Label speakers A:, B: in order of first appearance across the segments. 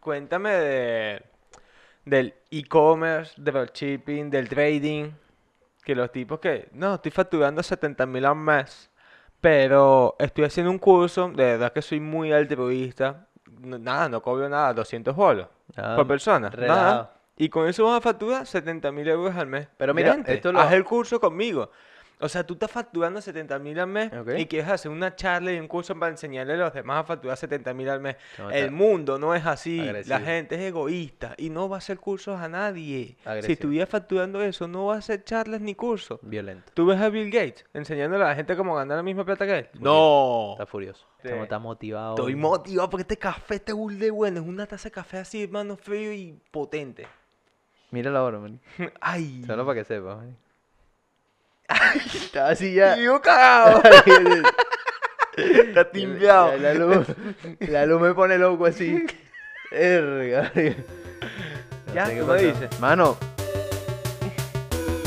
A: Cuéntame de, del e-commerce, de shipping, del trading. Que los tipos que, no, estoy facturando 70 mil al mes, pero estoy haciendo un curso, de verdad que soy muy altruista. no- Nada, no cobro nada, 200 bolos
B: Ah,
A: por persona,
B: relajado.
A: nada. Y con eso vas a facturar 70 mil euros al mes.
B: Pero mira,
A: Gente,
B: esto lo-
A: haz el curso conmigo. O sea, tú estás facturando 70 mil al mes
B: Ok.
A: y quieres hacer una charla y un curso para enseñarle a los demás a facturar 70 mil al mes.
B: Chamo,
A: El
B: está-
A: mundo no es así.
B: agresivo.
A: La gente es egoísta y no va a hacer cursos a nadie. Si
B: Agresivo.
A: estuvieras facturando eso, no va a hacer charlas ni cursos.
B: Violento.
A: Tú ves a Bill Gates enseñándole a la gente cómo ganar la misma plata que él. No.
B: Está furioso.
A: Sí.
B: Chamo, está motivado.
A: Estoy
B: hoy.
A: motivado porque este café está burda de bueno. Es una taza de café así, hermano, frío y potente.
B: Míralo ahora, man.
A: Ay.
B: Solo para que sepas. man. Estaba así ya.
A: Vivo cagado. Está
B: La,
A: timbeado.
B: la luz, la luz me pone loco así. Erga. No
A: Ya,
B: sé qué
A: tú me
B: pasó.
A: dices.
B: Mano.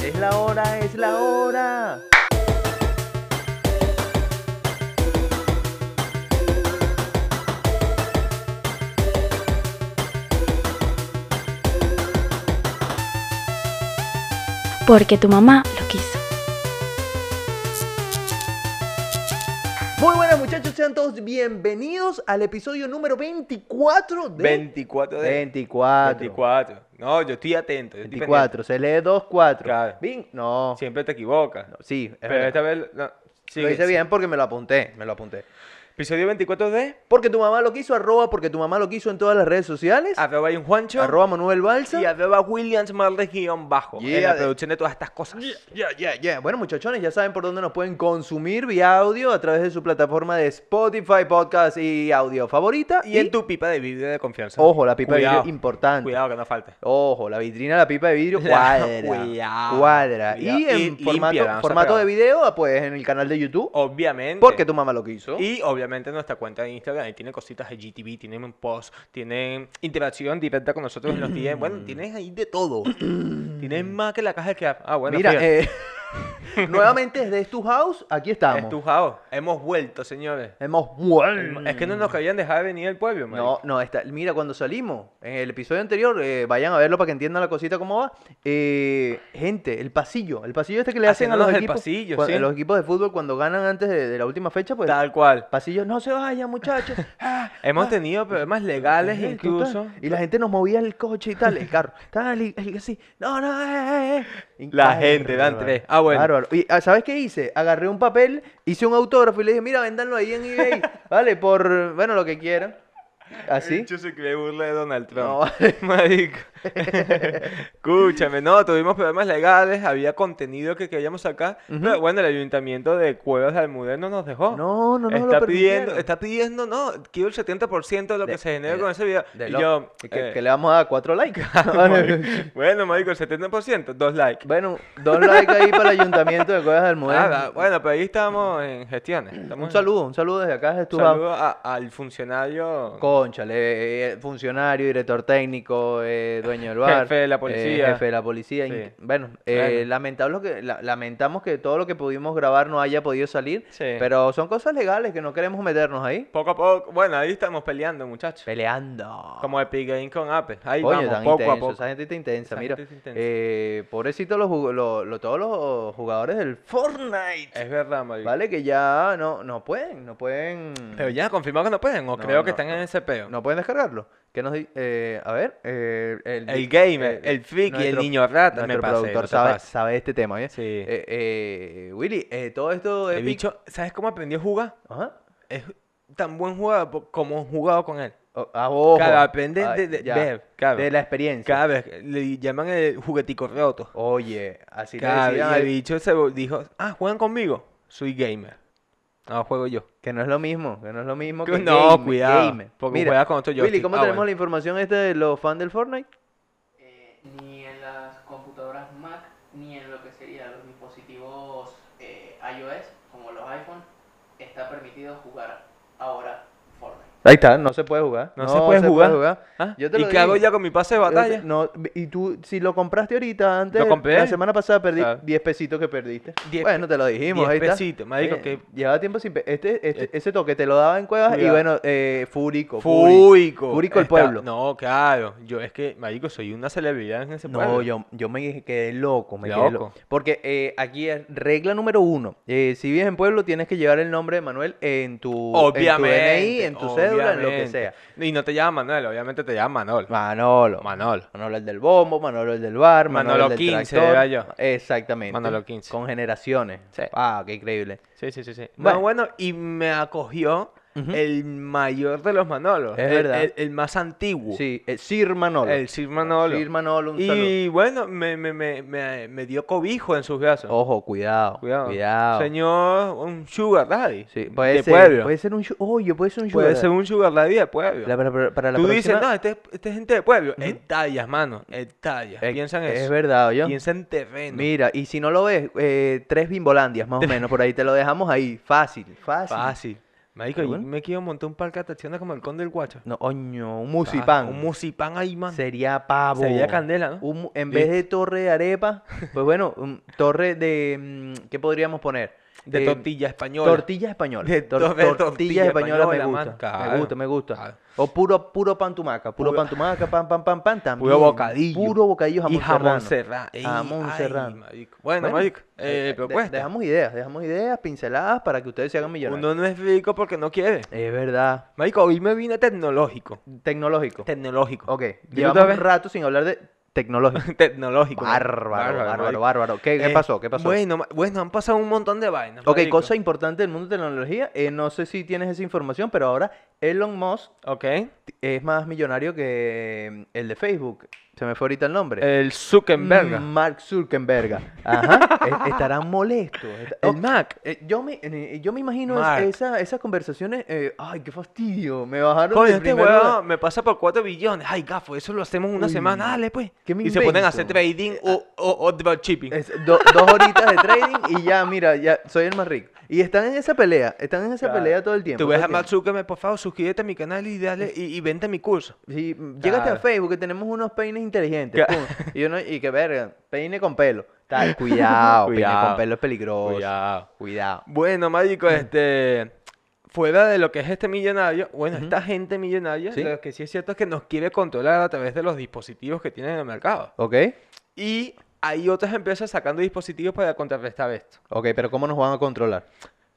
B: Es la hora, es la hora.
C: porque tu mamá lo quiso.
B: Muy buenas muchachos, sean todos bienvenidos al episodio número 24 de...
A: 24 de
B: 24.
A: 24. No, yo estoy atento. Yo estoy pendiente.
B: 24, se lee 2-4.
A: Claro.
B: Bing, no. Sí,
A: Siempre te equivocas.
B: es
A: Pero
B: verdad.
A: esta vez. no,
B: lo
A: sigue,
B: hice
A: sigue.
B: bien porque me lo apunté, me lo apunté.
A: Episodio 24 de
B: Porque tu mamá lo quiso, arroba porque tu mamá lo quiso en todas las redes sociales.
A: arroba Ian Juancho
B: Arroba Manuel Balsa.
A: y arroba Williams Marley guión bajo en
B: Yeah.
A: la producción de todas estas cosas.
B: Ya, ya, ya. Bueno, muchachones, ya saben por dónde nos pueden consumir vía audio a través de su plataforma de Spotify, podcast y audio favorita.
A: Y en tu pipa de vidrio de confianza.
B: Ojo, la pipa de
A: Cuidado,
B: vidrio importante.
A: Cuidado que no falte.
B: Ojo, la vitrina, la pipa de vidrio,
A: La-
B: cuadra.
A: cuidado,
B: cuadra.
A: cuidado.
B: Y en
A: Y
B: formato,
A: límpiala, no sea
B: formato de
A: pegada.
B: video, pues en el canal de YouTube.
A: Obviamente.
B: Porque tu mamá lo quiso.
A: Y obviamente nuestra cuenta de Instagram ahí tiene cositas de GTV, tienen un post, tienen interacción directa con nosotros en los días. Bueno, tienes ahí de todo. tienes más que la caja de que Ah, bueno,
B: Mira,
A: fíjate.
B: eh, nuevamente desde tu house, aquí estamos.
A: estujado. Hemos vuelto, señores.
B: Hemos vuelto.
A: Es que no nos querían dejar de venir al pueblo,
B: No, no, está, mira, cuando salimos, en el episodio anterior, eh, vayan a verlo para que entiendan la cosita cómo va. eh, gente, el pasillo, el pasillo este que le hacen a los,
A: Haciéndonos el
B: equipos,
A: pasillo,
B: cua-
A: sí.
B: los equipos de fútbol cuando ganan antes de, de la última fecha, pues
A: Tal cual.
B: pasillo, no se vayan muchachos. Ah,
A: Hemos
B: ah,
A: tenido problemas
B: ¿qué
A: legales
B: es esto,
A: incluso.
B: tal? Y la gente nos movía el coche y tal, el carro, tal, y, y así, no, no, eh, eh, eh.
A: La gente, Dan
B: Bárbaro,
A: tres. Ah, bueno.
B: bárbaro. Y, ah, ¿sabes qué hice? Agarré un papel, hice un autógrafo y le dije, mira, véndanlo ahí en eBay, vale, por, bueno, lo que quieran. Así.
A: Yo se cree burla de Donald Trump.
B: ¿Ah, No,
A: Marico. Escúchame, no, tuvimos problemas legales, había contenido que queríamos sacar, pero bueno, el ayuntamiento de Cuevas de Almudena no nos dejó.
B: No, no nos lo
A: está pidiendo,
B: permitieron.
A: está pidiendo, no, quiero el 70% de lo
B: De-
A: que se genere
B: de-
A: con ese video.
B: De
A: y
B: lo-
A: yo,
B: que,
A: eh, Ah,
B: que le vamos a dar cuatro likes.
A: bueno, marico, el 70%, dos likes.
B: bueno, dos likes ahí para el ayuntamiento de Cuevas del Almudena.
A: Ah, bueno, pero ahí estamos en gestiones. estamos
B: un
A: en-
B: saludo, un saludo desde acá desde tu
A: un saludo a- al funcionario.
B: Conchale, eh, funcionario, director técnico, eh, dueño del bar.
A: Jefe de la
B: eh,
A: policía.
B: jefe de la policía.
A: Sí.
B: inc- Bueno, eh,
A: Bueno.
B: lamentable que, la- lamentamos que todo lo que pudimos grabar no haya podido salir.
A: Sí.
B: Pero son cosas legales que no queremos meternos ahí.
A: Poco a poco, bueno, ahí estamos peleando, muchachos.
B: Peleando.
A: Como Epic Game con Ape. Ahí
B: Coño,
A: vamos,
B: tan
A: poco
B: intenso,
A: a poco.
B: esa gente está intensa,
A: Esa
B: mira.
A: gente está intensa.
B: Eh, pobrecito los, jug- lo- lo- todos los jugadores del Fortnite.
A: Es verdad, marico.
B: Vale, que ya no, no pueden, no pueden.
A: Pero ya confirmado que no pueden, o
B: No,
A: creo
B: no,
A: que están en ese peo.
B: No pueden descargarlo. Que nos di- eh, a ver, eh,
A: El gamer, el friki, el niño rata, me
B: Nuestro
A: pasé,
B: productor
A: no te
B: sabe,
A: pases.
B: sabe este tema, ¿eh?
A: Sí.
B: Eh, eh, Willy, eh, todo esto ¿ah?
A: El
B: Epic-
A: bicho, ¿sabes cómo aprendió a jugar?
B: Ajá.
A: Es tan buen jugador po- como han jugado con él.
B: O- ah, ojo.
A: Claro, aprende
B: Ah,
A: de- de-
B: ya.
A: ver, claro.
B: De la experiencia.
A: Cada vez que le llaman el juguetico roto.
B: Oye, así le
A: Cada vez,
B: decían
A: y el
B: al-
A: bicho se vol- dijo, ah, juegan conmigo. Soy gamer. No, juego yo.
B: Que no es lo mismo, que no es lo mismo
A: Que-
B: que,
A: no,
B: game,
A: cuidado,
B: game.
A: porque juegas con otro
B: Willy,
A: joystick.
B: ¿cómo
A: Ah,
B: tenemos
A: bueno.
B: la información esta de los fans del Fortnite?
D: eh, ni en las computadoras Mac, ni en lo que serían los dispositivos eh, iOS, como los iPhone, está permitido jugar ahora Fortnite.
B: Ahí está, no se puede jugar.
A: No se puede jugar. ¿Ah?
B: Yo te
A: ¿Y
B: lo
A: qué hago
B: digo.
A: ya con mi pase de
B: Yo te-
A: batalla?
B: No, y tú, si lo compraste ahorita, antes,
A: Lo compré.
B: la semana pasada perdí
A: Ah.
B: 10 pesitos que perdiste.
A: Diez
B: bueno, te lo dijimos,
A: diez
B: ahí está. Eh,
A: pesitos, marico, que-
B: Llevaba tiempo sin... pe- Este, este-
A: Eh.
B: Ese toque te lo daba en cuevas y
A: Cuidado.
B: bueno, eh, Fúrico.
A: Fúrico.
B: Fúrico el
A: Está-
B: pueblo.
A: No, claro. Yo es que, marico, soy una celebridad en ese pueblo.
B: No, yo, yo me quedé loco, me quedé loco.
A: Loco.
B: Porque eh, aquí es regla número uno. Eh, si vives en pueblo, tienes que llevar el nombre de Manuel en tu,
A: Obviamente.
B: en tu DNI, en tu cédula, en lo que
A: obviamente.
B: sea.
A: Y no te llamas Manuel, obviamente te llamas Manol.
B: Manolo.
A: Manol.
B: Manolo el del bombo, Manolo el del bar, Manolo,
A: Manolo
B: el del
A: 15
B: tractor.
A: era yo.
B: Exactamente.
A: Manolo 15.
B: Con generaciones.
A: Sí.
B: Ah, qué increíble.
A: Sí, sí, sí, sí.
B: Bueno.
A: No, bueno, y me acogió
B: Ujú.
A: el mayor de los Manolos.
B: Es
A: el,
B: verdad.
A: El, el más antiguo.
B: Sí, el Sir Manolo.
A: Uh. El Sir Manolo.
B: Sir Manolo, un saludo.
A: y bueno, me, me, me, me, me dio cobijo en sus brazos.
B: Ojo, cuidado. Cuidado.
A: Cuidado. Señor, un sugar daddy.
B: Sí, puede
A: de
B: ser.
A: pueblo.
B: Puede ser un show. Oye, puede ser un show.
A: Puede ser un sugar daddy de pueblo.
B: La- para, para- para la
A: Tú
B: próxima-
A: dices, no, este, este es gente de pueblo. Hectáreas, mano. Hectáreas.
B: Eh,
A: Piensa en
B: Es
A: eso.
B: verdad, yo.
A: Piensa en terreno.
B: Mira, y si no lo ves, eh, tres bimbolandias más o menos, por ahí te lo dejamos ahí, fácil, fácil.
A: Fácil. Marico,
B: Pero
A: yo
B: bueno.
A: me quiero montar un parque de atracciones como el Conde del Guacho.
B: No, oño, un musipán.
A: Un musipán ahí, mano.
B: Sería pavo.
A: Sería candela, ¿no?
B: Un mu- en vez de torre de arepa, pues bueno, un torre de mm, ¿qué podríamos poner?
A: De
B: Eh,
A: tortilla española.
B: Tortillas españolas.
A: De to-
B: Tor-
A: de
B: tortillas
A: tortilla
B: españolas me
A: española, man.
B: gusta. Me
A: Claro,
B: gusta, me gusta.
A: claro.
B: O puro puro pan tumaca, puro,
A: Puro-
B: pan tumaca, pan pan pan pan también.
A: Puro bocadillo.
B: Puro bocadillo jamón
A: y jamón
B: serrano.
A: serrano. Ey,
B: Jamón
A: ay,
B: serrano.
A: marico. Bueno,
B: Bueno,
A: marico,
B: eh,
A: eh,
B: eh, de-
A: propuesta.
B: dejamos ideas, dejamos ideas, pinceladas para que ustedes se hagan millonarios.
A: Uno no es rico porque no quiere.
B: Es verdad.
A: Marico, hoy me vine tecnológico.
B: Tecnológico.
A: Tecnológico.
B: ok,
A: tú
B: llevamos un
A: sabes?
B: rato sin hablar de tecnológico.
A: tecnológico. marico.
B: bárbaro, bárbaro, bárbaro,
A: marico.
B: ¿Qué, qué
A: Eh,
B: pasó? ¿Qué pasó?
A: Bueno, ma- bueno, han pasado un montón de vainas.
B: ok,
A: marico.
B: cosa importante del mundo de la tecnología. eh, no sé si tienes esa información, pero ahora Elon Musk
A: Ok.
B: es más millonario que mm, el de Facebook. Se me fue ahorita el nombre. Mm,
A: El Eh, Zuckerberg.
B: Mark Zuckerberg. Ajá. e- Estarán molestos. est-
A: El
B: oh,
A: Mac.
B: eh, yo, me, eh, yo me imagino es-
A: Mark.
B: esa- esas conversaciones. eh, ay, qué fastidio. Me bajaron
A: Coño,
B: del
A: este
B: primer lugar.
A: weón me pasa por 4 billones. Ay, gafo, eso lo hacemos una
B: Uy,
A: semana. Dale, pues.
B: ¿qué me
A: y se ponen
B: invento?
A: a hacer trading o, o, o dropshipping.
B: Es do- dos horitas de trading y ya, mira, ya soy el más rico. Y están en esa pelea, están en esa
A: Claro.
B: pelea todo el tiempo.
A: Tú ves
B: todo
A: a
B: el
A: Max
B: tiempo.
A: Zuckerberg, por favor, suscríbete a mi canal y dale y, y vente a mi curso.
B: Sí, mm, llégate a
A: Claro.
B: Facebook que tenemos unos peines inteligentes.
A: Claro.
B: pum. Y uno, y que verga, peine con pelo. Tal, cuidado, peine con
A: Cuidado.
B: pelo es peligroso. Cuidado.
A: Bueno, marico, este... Fuera de lo que es este millonario, bueno, esta gente millonaria,
B: Sí.
A: lo que sí es cierto es que nos quiere controlar a través de los dispositivos que tienen en el mercado.
B: ¿Ok?
A: Y hay otras empresas sacando dispositivos para contrarrestar esto.
B: Ok, pero ¿cómo nos van a controlar?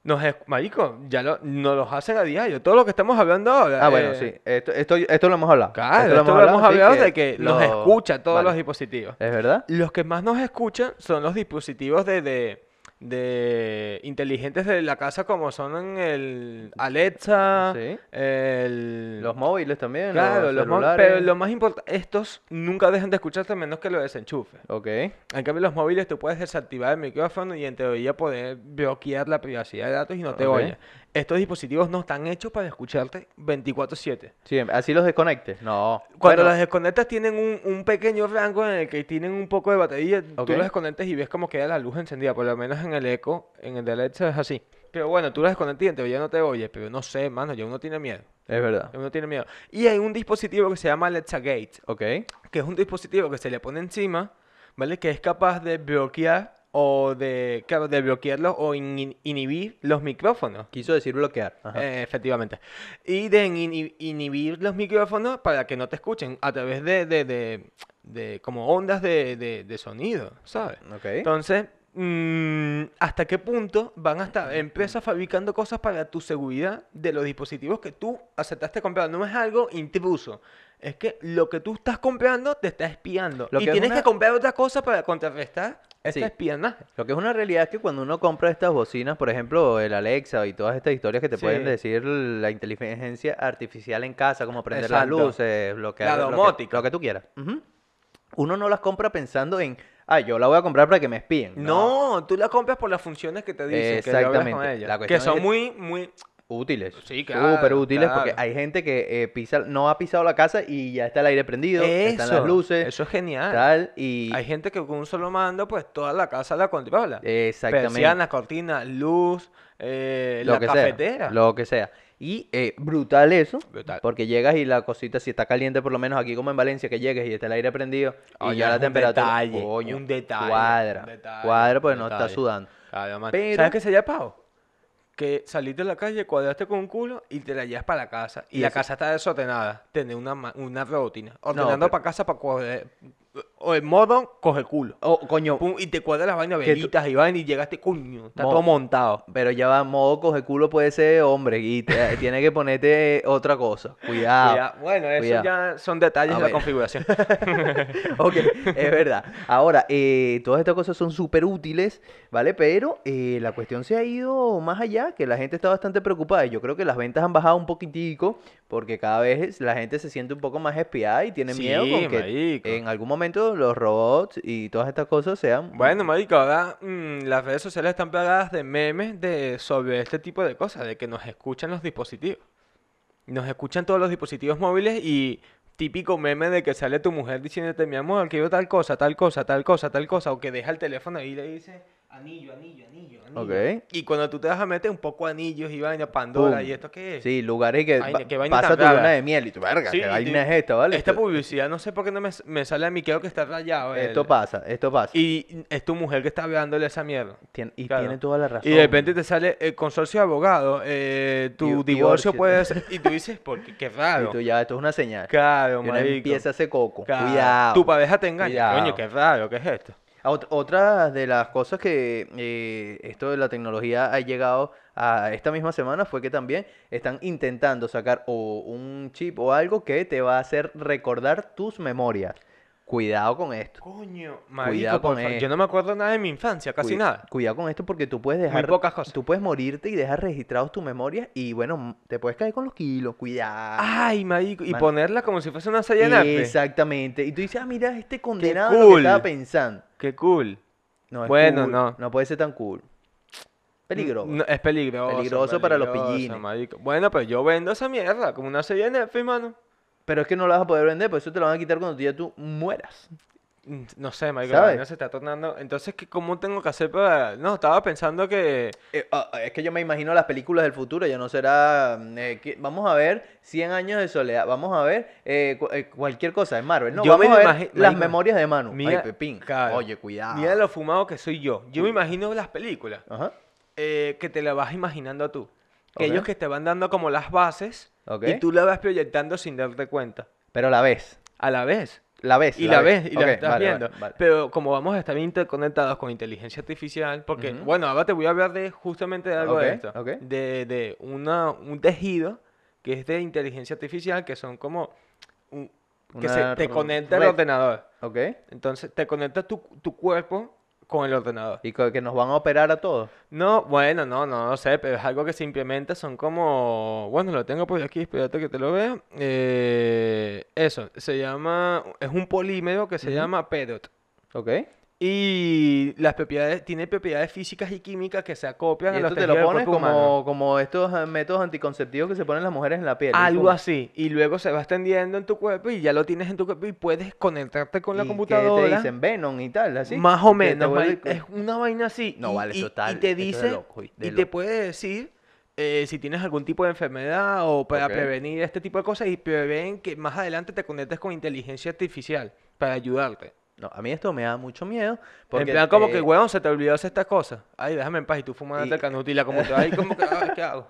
A: Nos, es- marico, ya lo, nos los hacen a diario. Todo lo que estamos hablando ahora.
B: Ah, bueno,
A: eh,
B: sí. Esto, esto, esto lo hemos hablado.
A: Claro, esto lo hemos
B: sí,
A: hablado de que nos
B: lo-
A: escucha todos
B: vale.
A: los dispositivos.
B: ¿Es verdad?
A: Los que más nos escuchan son los dispositivos de, de, de inteligentes de la casa, como son el Alexa,
B: Sí.
A: el...
B: Los móviles también.
A: Claro,
B: los,
A: los mo-
B: celulares.
A: pero lo más importante, estos nunca dejan de escucharte a menos que lo desenchufes.
B: Ok.
A: En cambio, los móviles tú puedes desactivar el micrófono y en teoría poder bloquear la privacidad de datos y no te
B: Ok.
A: oye. Estos dispositivos no están hechos para escucharte 24/7.
B: Sí, así los desconectes. No.
A: Cuando
B: Bueno,
A: los desconectas tienen un, un pequeño rango en el que tienen un poco de batería,
B: Ok.
A: tú los desconectas y ves cómo queda la luz encendida, por lo menos en el eco, en el de Alexa es así. Pero bueno, tú los desconectas y en teoría no te oye, pero no sé, mano, ya uno tiene miedo.
B: Es verdad.
A: Ya uno tiene miedo. Y hay un dispositivo que se llama Alexa Gate,
B: Ok.
A: que es un dispositivo que se le pone encima, ¿vale? Que es capaz de bloquear o de, claro, de bloquearlos o in- inhibir los micrófonos.
B: Quiso decir bloquear. Ajá.
A: Eh, efectivamente. Y de inhi- inhibir los micrófonos para que no te escuchen a través de, de, de, de como ondas de, de, de sonido, ¿sabes?
B: ok.
A: Entonces, mm, ¿hasta qué punto van a estar empresas fabricando cosas para tu seguridad de los dispositivos que tú aceptaste comprar? No es algo intruso. Es que lo que tú estás comprando te está espiando.
B: Lo
A: y
B: que es
A: tienes
B: una-
A: que comprar otra cosa para contrarrestar ese
B: Sí.
A: espionaje.
B: Lo que es una realidad es que cuando uno compra estas bocinas, por ejemplo, el Alexa y todas estas historias que te pueden
A: Sí.
B: decir la inteligencia artificial en casa, como prender las
A: Exacto.
B: luces, bloquear
A: La
B: lo que-
A: domótica.
B: Lo, que, tú quieras. Ujú. Uno no las compra pensando en, ah, yo la voy a comprar para que me espíen.
A: No. tú la compras por las funciones que te dicen. que logras con
B: Exactamente.
A: ella,
B: La
A: que
B: cuestión
A: son
B: es-
A: muy, muy...
B: Útiles.
A: Sí, claro,
B: Súper útiles porque
A: claro.
B: hay gente que eh, pisa, no ha pisado la casa y ya está el aire prendido, están las
A: Eso,
B: luces,
A: Eso es genial.
B: tal, y...
A: Hay gente que con un solo mando, pues toda la casa la controla.
B: Exactamente.
A: Persianas, cortinas, luz, eh,
B: lo
A: la
B: que sea,
A: cafetera.
B: lo que sea. Y eh, brutal eso,
A: Brutal.
B: porque llegas y la cosita, si está caliente, por lo menos aquí como en Valencia, que llegues y está el aire prendido y
A: Oye,
B: ya
A: es
B: la
A: un
B: temperatura.
A: detalle,
B: coño,
A: un detalle,
B: Cuadra,
A: un detalle,
B: cuadra, porque
A: un
B: no está
A: detalle.
B: sudando. Pero-
A: ¿Sabes qué sería pavo? Que saliste de la calle, cuadraste con un culo y te la llevas para la casa. Y,
B: Y
A: la
B: eso-
A: casa está desordenada. Tener una, ma- una rutina. Ordenando
B: pero-
A: para casa para cuadrar. O en modo, coge el culo.
B: Oh, coño,
A: Pum, y te cuadras las vainas
B: Que tú-
A: velitas y van y llegaste, coño. Está
B: Mo-
A: todo montado.
B: pero ya va, modo coge culo puede ser hombre y te- tiene que ponerte otra cosa.
A: Cuidado. Bueno, eso
B: cuidado. Ah,
A: ya son detalles
B: A
A: de la
B: ver.
A: configuración.
B: Ok, es verdad. Ahora, eh, todas estas cosas son súper útiles, ¿vale? Pero eh, la cuestión se ha ido más allá, que la gente está bastante preocupada. Y yo creo que las ventas han bajado un poquitico, porque cada vez la gente se siente un poco más espiada y tiene miedo
A: Sí,
B: con que
A: marico.
B: en algún momento los robots y todas estas cosas sean...
A: Bueno, marico, ahora mm, las redes sociales están plagadas de memes de, sobre este tipo de cosas, de que nos escuchan los dispositivos. Nos escuchan todos los dispositivos móviles y típico meme de que sale tu mujer diciéndote, mi amor, quiero tal cosa, tal cosa, tal cosa, tal cosa, o que deja el teléfono ahí y le dice, anillo, anillo, anillo, anillo.
B: Ok.
A: Y cuando tú te vas a meter un poco anillos y vaina, Pandora,
B: Pum.
A: ¿y esto qué es?
B: Sí, lugares que
A: Vaina-
B: pa-
A: qué vaina
B: pasa
A: tan
B: tu
A: rara.
B: luna de miel y tu verga,
A: Sí,
B: que
A: y
B: vaina
A: tú-
B: es esta, ¿vale?
A: Esta
B: Esto-
A: publicidad, no sé por qué no me, me sale a mí, creo que está rayado. el-
B: esto pasa, esto pasa. Y,
A: Y es tu mujer que está hablándole esa mierda.
B: Tien- y
A: Claro.
B: tiene toda la razón.
A: Y de repente te sale el consorcio de abogados, eh, tu
B: Divo-
A: divorcio
B: divorcio.
A: puede ser. Y tú dices, ¿por qué? Qué
B: Y
A: raro.
B: tú ya, esto es una señal.
A: Claro,
B: Y uno
A: marico.
B: empieza a hacer coco.
A: Claro.
B: Cuidado.
A: Tu pareja te engaña.
B: Cuidado.
A: Coño, qué raro, ¿qué es esto?
B: A Ah, ot- Otra de las cosas que eh, esto de la tecnología ha llegado a esta misma semana fue que también están intentando sacar o un chip o algo que te va a hacer recordar tus memorias. Cuidado con esto.
A: Coño, marico,
B: Cuidado
A: por
B: con
A: fa-
B: esto.
A: Yo no me acuerdo nada de mi infancia, casi
B: Cuida-
A: nada.
B: Cuidado con esto porque tú puedes
A: Muy
B: dejar
A: pocas cosas.
B: tú puedes morirte y dejar registrados tus memorias y bueno, m- te puedes caer con los kilos, cuidado.
A: Ay, marico. Y
B: Man-
A: ponerla como si fuese una salla de arte.
B: Exactamente. Y tú dices, "Ah, mira, este condenado lo que
A: cool.
B: estaba pensando."
A: Qué cool.
B: No, es
A: Bueno,
B: cool,
A: no. Mm,
B: No puede ser tan cool. Peligroso.
A: No, es peligroso.
B: Peligroso para los
A: peligroso,
B: pillines.
A: marico. Bueno, pero yo vendo esa mierda como una silla de Netflix, mano.
B: Pero es que no la vas a poder vender, por eso te la van a quitar cuando tú ya tú mueras.
A: Mm, No sé, marico,
B: ¿Sabes?
A: no se está tornando. Entonces, ¿qué, ¿cómo tengo que hacer para...? No, estaba pensando que...
B: Eh, ah, ah, es que yo me imagino las películas del futuro, ya no será... mm, eh, que- vamos a ver 100 años de soledad, vamos a ver eh, cu- eh, cualquier cosa de Marvel, ¿no?
A: Yo
B: vamos
A: me
B: a ver
A: imagi-
B: las
A: marico,
B: memorias de Manu.
A: mira-
B: Ay, Pepín.
A: claro.
B: Oye, cuidado.
A: Mira lo fumado que soy yo. Yo me imagino las películas
B: Ajá.
A: eh, que te las vas imaginando tú. Que
B: Ok.
A: ellos que te van dando como las bases
B: Ok.
A: y tú la vas proyectando sin darte cuenta.
B: Pero la ves,
A: A la vez.
B: la ves.
A: Y la ves, y
B: Ok,
A: la estás
B: vale, vale,
A: viendo.
B: vale.
A: Pero como vamos a estar interconectados con inteligencia artificial, porque,
B: Ujú.
A: bueno, ahora te voy a hablar de justamente de algo
B: Ok,
A: de esto.
B: ok.
A: De, de una, un tejido que es de inteligencia artificial, que son como... un- que se-
B: Una
A: te
B: ru-
A: conecta
B: red.
A: el ordenador.
B: Ok.
A: Entonces, te conecta tu, tu cuerpo con el ordenador.
B: Y co- que nos van a operar a todos.
A: No, bueno, no, no, no sé, pero es algo que se implementa, son como, bueno, lo tengo por aquí, espérate que te lo vea. Eh, eso, se llama, es un polímero que se llama PEDOT.
B: Ok.
A: Y las propiedades, tiene propiedades físicas y químicas que se acopian
B: Y
A: a los
B: esto te
A: tejidos
B: lo
A: del
B: pones
A: cuerpo humano.
B: como, como estos eh, métodos anticonceptivos que se ponen las mujeres en la piel. y
A: Algo
B: pum.
A: así, y luego se va extendiendo en tu cuerpo y ya lo tienes en tu cuerpo y puedes conectarte con la
B: y Que te
A: computadora.
B: dicen Venom y tal, así.
A: Más o
B: que te
A: menos,
B: vuelve
A: marico,
B: co-
A: es una vaina así.
B: No,
A: y,
B: vale,
A: y-
B: eso está-
A: y te
B: esto es de
A: dice,
B: loco, de
A: y te
B: loco.
A: puede decir eh, si tienes algún tipo de enfermedad o para
B: Ok.
A: prevenir este tipo de cosas y prevén que más adelante te conectes con inteligencia artificial para ayudarte.
B: No, a mí esto me da mucho miedo. Porque,
A: en plan, como que,
B: eh,
A: weón, se te olvidó hacer estas cosas. Ay, déjame en paz y tú fumándote
B: Y-
A: el canuto y la computadora. Ay, como que, ay, ¿qué hago?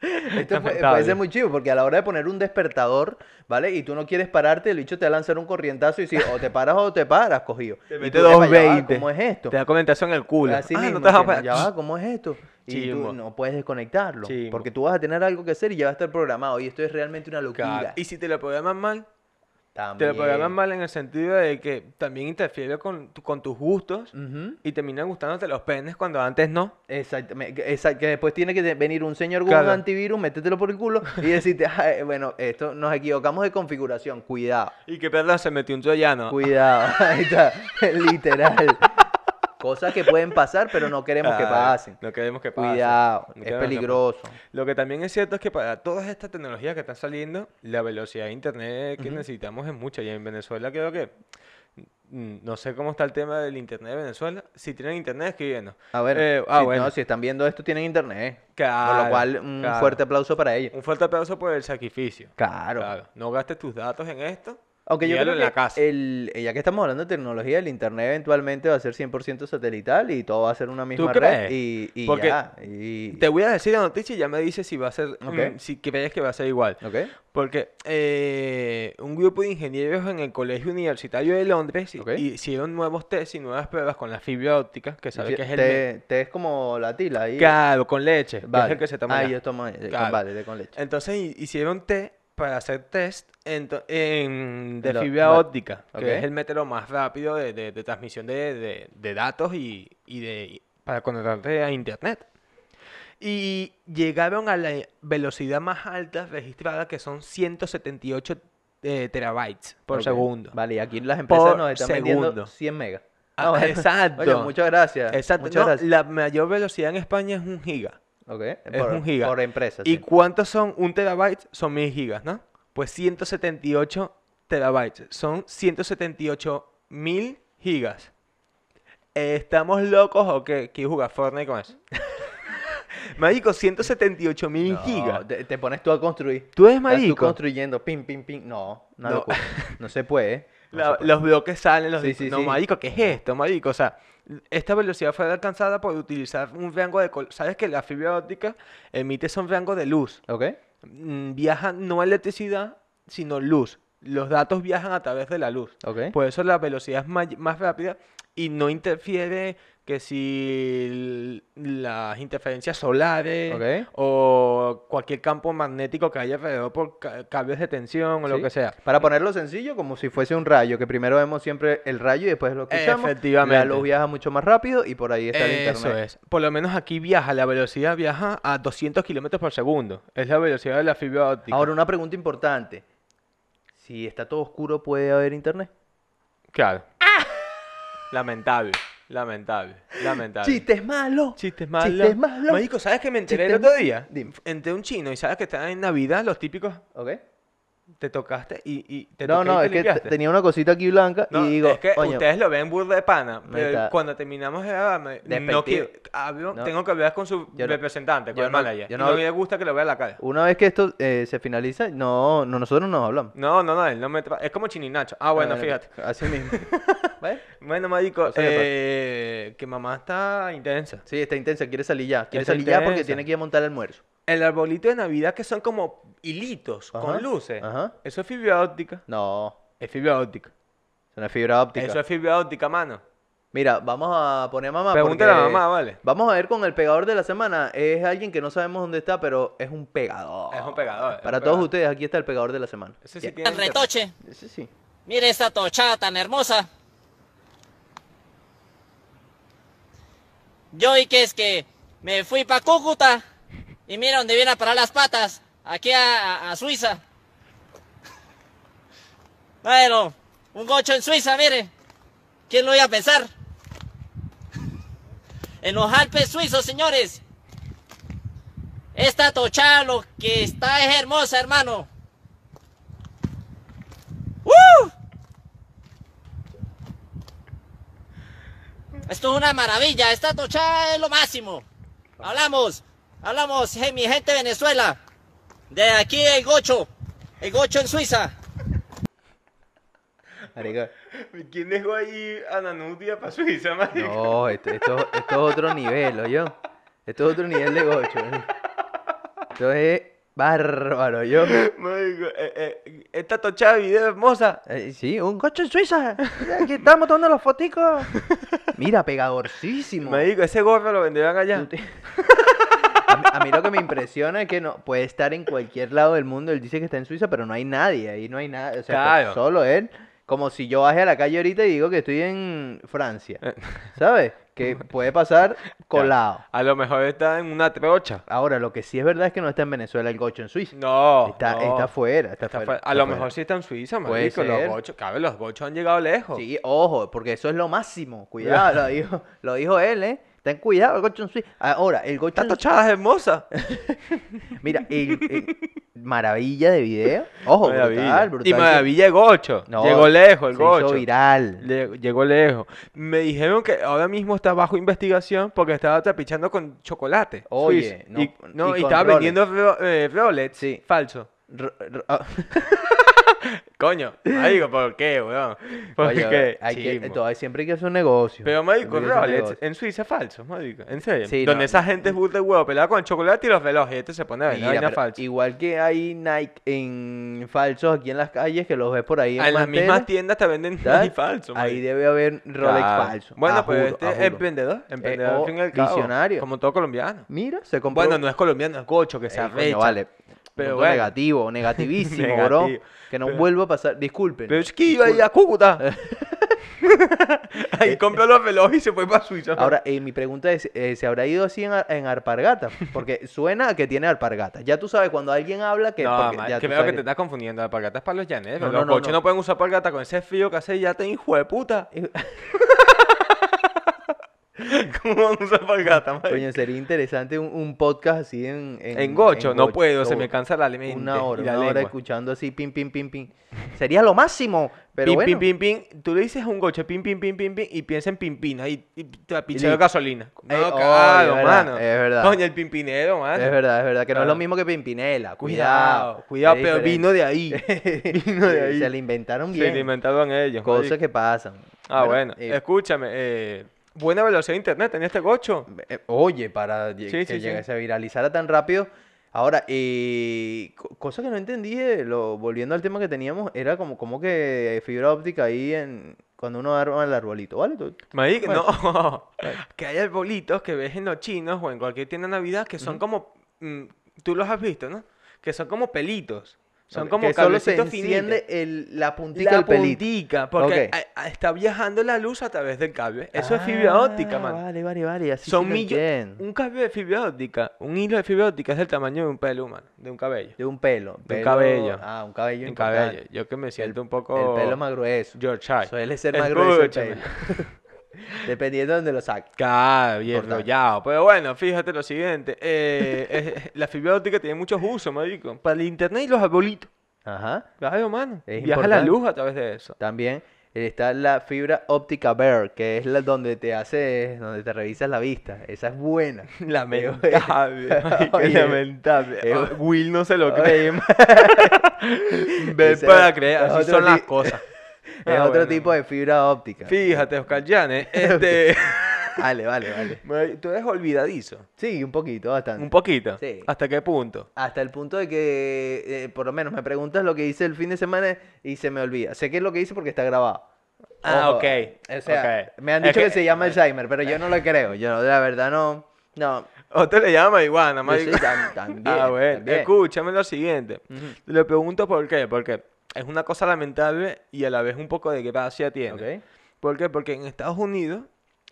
B: Esto puede,
A: lamentable.
B: puede ser muy chido, porque a la hora de poner un despertador, ¿vale? Y tú no quieres pararte, el bicho te va a lanzar un corrientazo y si o te paras o te paras, cogido.
A: Te
B: Y
A: mete
B: tú, "Epa, ya va,
A: 2.20.
B: ¿Cómo es esto?
A: Te da comentación en el culo.
B: Así
A: ah,
B: mismo,
A: no te vas a
B: que,
A: parar.
B: ya va, ¿cómo es esto? Y
A: Chimbo.
B: tú no puedes desconectarlo,
A: Chimbo.
B: porque tú vas a tener algo que hacer y ya va a estar programado. Y esto es realmente una locura.
A: Y si te lo programan mal, te
B: También.
A: lo programan mal en el sentido de que también interfiere con, tu- con tus gustos.
B: Ujú.
A: Y terminan gustándote los penes cuando antes no.
B: Exactamente, que- exact- que después tiene que de- venir un señor con
A: Claro.
B: un antivirus, métetelo por el culo y decirte, "Ay, bueno, esto nos equivocamos de configuración, cuidado,
A: Y que perdón, se metió un troyano.
B: cuidado, ahí está, literal. Cosas que pueden pasar, pero no queremos que
A: Claro,
B: pasen.
A: No queremos que pase. No
B: Cuidado, es
A: queremos que
B: peligroso.
A: pase. Lo que también es cierto es que para todas estas tecnologías que están saliendo, la velocidad de internet que necesitamos es mucha. Y en Venezuela creo que mm, no sé cómo está el tema del internet de Venezuela. Si tienen internet, escribiéndonos.
B: A ver,
A: Eh, ah,
B: si,
A: bueno.
B: no, si están viendo esto tienen internet. Por
A: Claro,
B: lo cual, un
A: claro.
B: fuerte aplauso para ellos.
A: Un fuerte aplauso por el sacrificio.
B: Claro.
A: Claro, No gastes tus datos en esto.
B: Aunque yo
A: míralo
B: creo
A: en
B: que
A: la casa.
B: el- eh, ya que estamos hablando de tecnología, el internet eventualmente va a ser 100% satelital y todo va a ser una misma red
A: crees?
B: y, y
A: Porque
B: ya. y-
A: Te voy a decir la noticia y ya me dices si va a ser,
B: Ok.
A: mm, si crees que va a ser igual.
B: ¿Ok?
A: Porque eh, un grupo de ingenieros en el Colegio Universitario de Londres hi-
B: Ok.
A: hicieron nuevos test y nuevas pruebas con la fibra óptica, que sabes
B: Te-
A: que es el... me-
B: te, te es como la tila ahí.
A: Claro, con leche, que es
B: Vale.
A: el que se toma
B: Ah,
A: allá.
B: yo tomo eh, con-
A: Claro.
B: vale, de con leche.
A: Entonces hi- hicieron test para hacer test ento- en- de
B: Lo-
A: fibra
B: va-
A: óptica, que
B: ok.
A: es el método más rápido de, de- de transmisión de, de- de datos y, y de, para conectarte a internet. Y llegaron a la velocidad más alta registrada, que son 178 eh, terabytes por
B: Ok.
A: segundo.
B: Vale, y aquí las empresas
A: Por
B: nos están
A: segundo.
B: vendiendo 100 megas.
A: Ah,
B: bueno.
A: exacto.
B: Oye, muchas gracias.
A: Exacto.
B: Muchas
A: no,
B: gracias.
A: la mayor velocidad en España es un giga.
B: Ok,
A: es un giga.
B: Por empresa.
A: ¿Y
B: sí.
A: cuántos son? Un terabyte son mil gigas, ¿no? Pues 178 terabytes. Son 178 mil gigas. Eh, ¿Estamos locos o qué? ¿Quieres jugar Fortnite con eso? Marico, 178 mil
B: No,
A: gigas.
B: Te, te pones tú a construir.
A: ¿Tú eres
B: Estás tú
A: marico?
B: construyendo, pim, pim, pim. No, una
A: No.
B: locura. No se puede. no
A: La-
B: se puede.
A: los bloques salen, los
B: Sí,
A: discos-
B: sí,
A: No,
B: sí.
A: marico, ¿qué es esto, marico? O sea, esta velocidad fue alcanzada por utilizar un rango de... col- ¿Sabes que la fibra óptica emite son rangos de luz?
B: ¿Ok?
A: mm, viaja no electricidad, sino luz. Los datos viajan a través de la luz.
B: ¿Ok?
A: Por eso la velocidad es may- más rápida y no interfiere que si el- las interferencias solares
B: Ok.
A: o cualquier campo magnético que haya alrededor por ca- cambios de tensión o lo
B: Sí.
A: que sea.
B: Para ponerlo sencillo, como si fuese un rayo, que primero vemos siempre el rayo y después lo escuchamos. La
A: Efectivamente.
B: luz viaja mucho más rápido y por ahí está el
A: Eso
B: internet.
A: es. Por lo menos aquí viaja, la velocidad viaja a 200 kilómetros por segundo. Es la velocidad de la fibra óptica.
B: Ahora, una pregunta importante. Si está todo oscuro, ¿puede haber internet?
A: claro.
B: ¡Ah!
A: Lamentable, lamentable, lamentable.
B: ¡Chistes malos!
A: Chistes malos.
B: Chistes malos.
A: Marico, ¿sabes que me enteré el
B: Chistes
A: otro día?
B: Dime.
A: Entré un chino y sabes que están en Navidad los típicos.
B: ¿Ok?
A: Te tocaste y, y te
B: No,
A: toqué y
B: no,
A: te
B: es que
A: limpiaste.
B: te- tenía una cosita aquí blanca
A: No,
B: y digo,
A: es que
B: "Coño,
A: ustedes lo ven burda de pana,
B: Me
A: pero
B: está-
A: cuando terminamos de grabar, me- no
B: Despectivo.
A: quiero- hablo-
B: No.
A: tengo que hablar con su
B: Yo no-
A: representante, con
B: yo
A: el
B: no-
A: manager.
B: yo
A: Y
B: no
A: no
B: hablo-
A: me gusta que lo vea la cara.
B: una vez que esto eh, se finaliza, no, no, nosotros nos hablamos.
A: No, no, no, él no me tra- es como Chininacho. Ah, bueno,
B: Eh,
A: fíjate.
B: Así mismo. ¿Ves?
A: Bueno, marico,
B: Cosa que pasa.
A: eh, que mamá está intensa.
B: Sí, está intensa, quiere salir ya. Quiere
A: Está
B: salir ya porque
A: intensa.
B: tiene que ir a montar el almuerzo.
A: El arbolito de Navidad que son como hilitos
B: Ajá,
A: con luces.
B: ajá.
A: Eso es fibra óptica.
B: No,
A: Es fibra óptica.
B: es una fibra óptica.
A: Eso es fibra óptica, mano.
B: Mira, vamos a poner a mamá.
A: Pregúntale
B: porque
A: a mamá, vale.
B: Vamos a ver con el pegador de la semana. Es alguien que no sabemos dónde está, pero es un pegador.
A: Es un pegador, es un
B: Para todos
A: pegador.
B: ustedes, aquí está el pegador de la semana.
A: Ese sí
B: Bien.
A: tiene
E: Al
A: internet.
E: retoche.
B: Ese sí.
E: Mire esta tochada tan hermosa. Yo y que es que me fui para Cúcuta y mira dónde viene a parar las patas, aquí a, a- a Suiza. Bueno, un gocho en Suiza, mire. ¿Quién lo iba a pensar? En los Alpes suizos, señores. Esta tochada lo que está es hermosa, hermano. ¡Woo! Esto es una maravilla, esta tocha es lo máximo. Hablamos, hablamos, hey, mi gente de Venezuela. De aquí el gocho, el gocho en Suiza.
B: Marica,
A: ¿Quién dejó ahí a Nanudia para Suiza, marico?
B: No, esto, esto- esto es otro nivel, oye. Esto es otro nivel de gocho. ¿eh? Esto es bárbaro, yo.
A: Marico, eh, eh, esta tochada de video hermosa.
B: Eh, sí, un gocho en Suiza. Mira, Aquí estamos tomando los foticos. Mira, pegadorcísimo.
A: Marico, ese gorro lo venderán allá.
B: Tú te- A mí, a mí lo que me impresiona es que no puede estar en cualquier lado del mundo. Él dice que está en Suiza, pero no hay nadie. Ahí no hay nada. O sea, pues,
A: Claro.
B: solo él. Como si yo baje a la calle ahorita y digo que estoy en Francia.
A: Eh.
B: ¿Sabes? Que puede pasar colado.
A: A lo mejor está en una trocha.
B: Ahora, lo que sí es verdad es que no está en Venezuela el gocho en Suiza.
A: No.
B: está,
A: no.
B: está fuera. Está,
A: Está
B: fuera,
A: fuera. A
B: está
A: lo
B: fuera.
A: mejor sí está en Suiza,
B: Puede
A: marico. Los
B: ser.
A: gochos, cabe, los gochos han llegado lejos.
B: Sí, ojo, porque eso es lo máximo. Cuidado, lo dijo, lo dijo él, ¿eh? Ten cuidado, el Gochon Suite. Ahora, el Gochon
A: Esta tochada es hermosa.
B: Mira, el, el- maravilla de video. Ojo, brutal, brutal.
A: Y
B: que-
A: maravilla de Gocho.
B: No,
A: Llegó lejos el
B: se hizo
A: Gocho.
B: viral.
A: Le- llegó lejos. Me dijeron que ahora mismo está bajo investigación porque estaba trapichando con chocolate.
B: Oye,
A: Swiss.
B: no,
A: y,
B: con-
A: no,
B: y
A: y
B: con
A: estaba
B: Rolex.
A: vendiendo ro- eh, Rolex.
B: Sí.
A: Falso.
B: R- r- ah,
A: Coño, marico, ¿por qué, weón? Porque
B: oye, oye, hay que,
A: chimbo.
B: entonces, siempre hay que hacer un negocio.
A: Pero, marico,
B: siempre hay que hacer un
A: Rolex
B: negocio.
A: en Suiza es falso, marico. En serio.
B: Sí,
A: Donde
B: no,
A: esa gente es burda de huevo pelada con chocolate y los relojes. Este se pone a vender
B: Mira,
A: vaina
B: pero
A: falsa.
B: Igual que hay Nike en falsos aquí en las calles, que los ves por ahí en,
A: Ah, En las
B: manteles,
A: mismas tiendas te venden
B: ¿sabes?
A: Nike falso,
B: Ahí
A: marico.
B: debe haber Rolex
A: Claro.
B: falso.
A: Bueno,
B: Ah,
A: pues
B: juro,
A: este
B: ah,
A: es
B: juro.
A: emprendedor, emprendedor al
B: o
A: fin y al cabo,
B: visionario.
A: Como todo colombiano.
B: Mira, se compró.
A: Bueno, no es colombiano, es gocho que se
B: Ey, coño,
A: arrecha.
B: vale.
A: Pero
B: Pero
A: bueno.
B: negativo, negativísimo, bro.
A: Negativo.
B: Que no
A: Pero-
B: vuelva a pasar. Disculpen.
A: Pero es que iba a ir a Cúcuta. Ahí compró los relojes y se fue para Suiza.
B: Ahora, eh, mi pregunta es, eh, ¿se habrá ido así en, ar- en alpargatas? Porque suena a que tiene alpargatas. Ya tú sabes, cuando alguien habla que...
A: no,
B: porque
A: ma,
B: ya tú
A: creo que
B: sabes
A: te estás confundiendo. Alpargatas para los llaneros.
B: No, no,
A: los
B: no,
A: coches
B: no.
A: no. pueden usar alpargatas con ese frío que hace ya te hijo de puta. ¿Cómo van a usar alpargatas, ma?
B: Coño, sería interesante un, un podcast así en...
A: En gocho, no puedo, se
B: todo.
A: me cansa la mente.
B: Una hora,
A: y la
B: una hora
A: lengua.
B: escuchando así, pim, pim, pim, pim. Sería lo máximo, pero
A: pim, pim,
B: bueno.
A: pim, pim. Tú le dices a un gocho, pim, pim, pim, pim, pim, y piensa en pimpina y, y te la pincha de
B: listo.
A: gasolina. No,
B: Ey, oh,
A: claro,
B: es verdad,
A: mano.
B: es verdad.
A: Coño, el pimpinero, mano.
B: Es verdad, es verdad, que no es lo
A: Claro.
B: mismo que Pimpinela.
A: Cuidado, cuidado,
B: Cuidado, es
A: pero
B: diferente.
A: vino de ahí. vino de ahí.
B: Se le inventaron
A: Se
B: bien.
A: le inventaron ellos.
B: Cosas
A: marico.
B: que pasan.
A: Ah, bueno.
B: eh,
A: Escúchame, eh, buena velocidad de internet tenía este gocho.
B: Eh, Oye, para lle-
A: Sí,
B: que
A: sí, sí.
B: llegase a viralizara tan rápido. Ahora, eh, co- cosa que no entendí, de lo, volviendo al tema que teníamos, era como, como que fibra óptica ahí en cuando uno arma el arbolito, ¿vale? Tú-
A: Marico,
B: Bueno.
A: no. que hay arbolitos que ves en los chinos o en cualquier tienda de Navidad que son como. mm, tú los has visto, ¿no? Que son como pelitos. Son
B: ok,
A: como
B: que solo se
A: cablecitos finitos.
B: enciende el- la puntica
A: La
B: del pelito.
A: puntica, porque
B: Ok.
A: a- a- está viajando la luz a través del cable. Eso es fibra
B: Ah,
A: óptica, man.
B: Vale, vale, vale. Así
A: Son
B: sí lo
A: millones.
B: entiendo.
A: Un cable de fibra óptica, un hilo de fibra óptica es del tamaño de un pelo, man, de un cabello.
B: De un pelo.
A: De un
B: pelo-
A: cabello.
B: Ah, un cabello.
A: Un
B: importante.
A: cabello. Yo que me siento
B: El-
A: un poco.
B: El pelo más grueso.
A: Yorkshire.
B: Suele ser más grueso el
A: Escúchame.
B: pelo. Dependiendo de donde lo saques.
A: Claro, bien
B: Importante.
A: enrollado. Pero bueno, fíjate lo siguiente. eh, es- la fibra óptica tiene muchos usos, marico. Para el internet y los arbolitos.
B: Ajá.
A: Claro, mano.
B: Es
A: Viaja la
B: importante.
A: luz a través de eso.
B: También eh, está la fibra óptica Bear, que es la donde te hace, donde te revisas la vista. Esa es buena.
A: Lamentable, marico,
B: Oye.
A: lamentable.
B: Eh,
A: Ah, Will no se lo cree.
B: Oye,
A: Ven
B: ese
A: para
B: es-
A: creer,
B: es
A: así
B: otro
A: son las
B: ti-
A: cosas.
B: es
A: Ah,
B: otro
A: bueno,
B: tipo de fibra óptica.
A: Fíjate, Oscar Llanes, este...
B: Vale, vale, vale.
A: Mari- Tú eres olvidadizo.
B: Sí, un poquito, bastante.
A: Un poquito.
B: Sí.
A: ¿Hasta qué punto?
B: Hasta el punto de que, eh, por lo menos, me preguntas lo que hice el fin de semana y se me olvida. Sé que es lo que hice porque está grabado.
A: Ah,
B: Ojo,
A: ok,
B: O sea,
A: ok.
B: me han
A: Es
B: dicho que,
A: que-
B: se llama Alzheimer, pero yo no lo creo. Yo, la verdad, no. No.
A: Otro le llama marihuana, marico.
B: Yo sí, tam- también,
A: ah, bueno.
B: también.
A: Escúchame lo siguiente.
B: Ujú.
A: Le pregunto por qué. Porque es una cosa lamentable y a la vez un poco de gracia tiene.
B: Ok.
A: ¿Por qué? Porque en Estados Unidos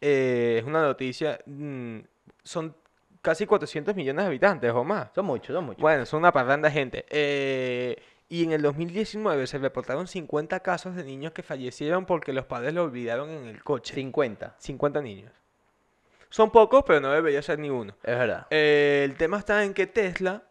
A: eh, es una noticia. mm, son casi 400 millones de habitantes o más.
B: Son muchos, son muchos.
A: Bueno, son una parranda de gente. Eh, y en el 2019 se reportaron 50 casos de niños que fallecieron porque los padres lo olvidaron en el coche.
B: 50.
A: 50 niños. Son pocos, pero no debería ser ninguno.
B: Es verdad.
A: Eh, el tema está en que Tesla,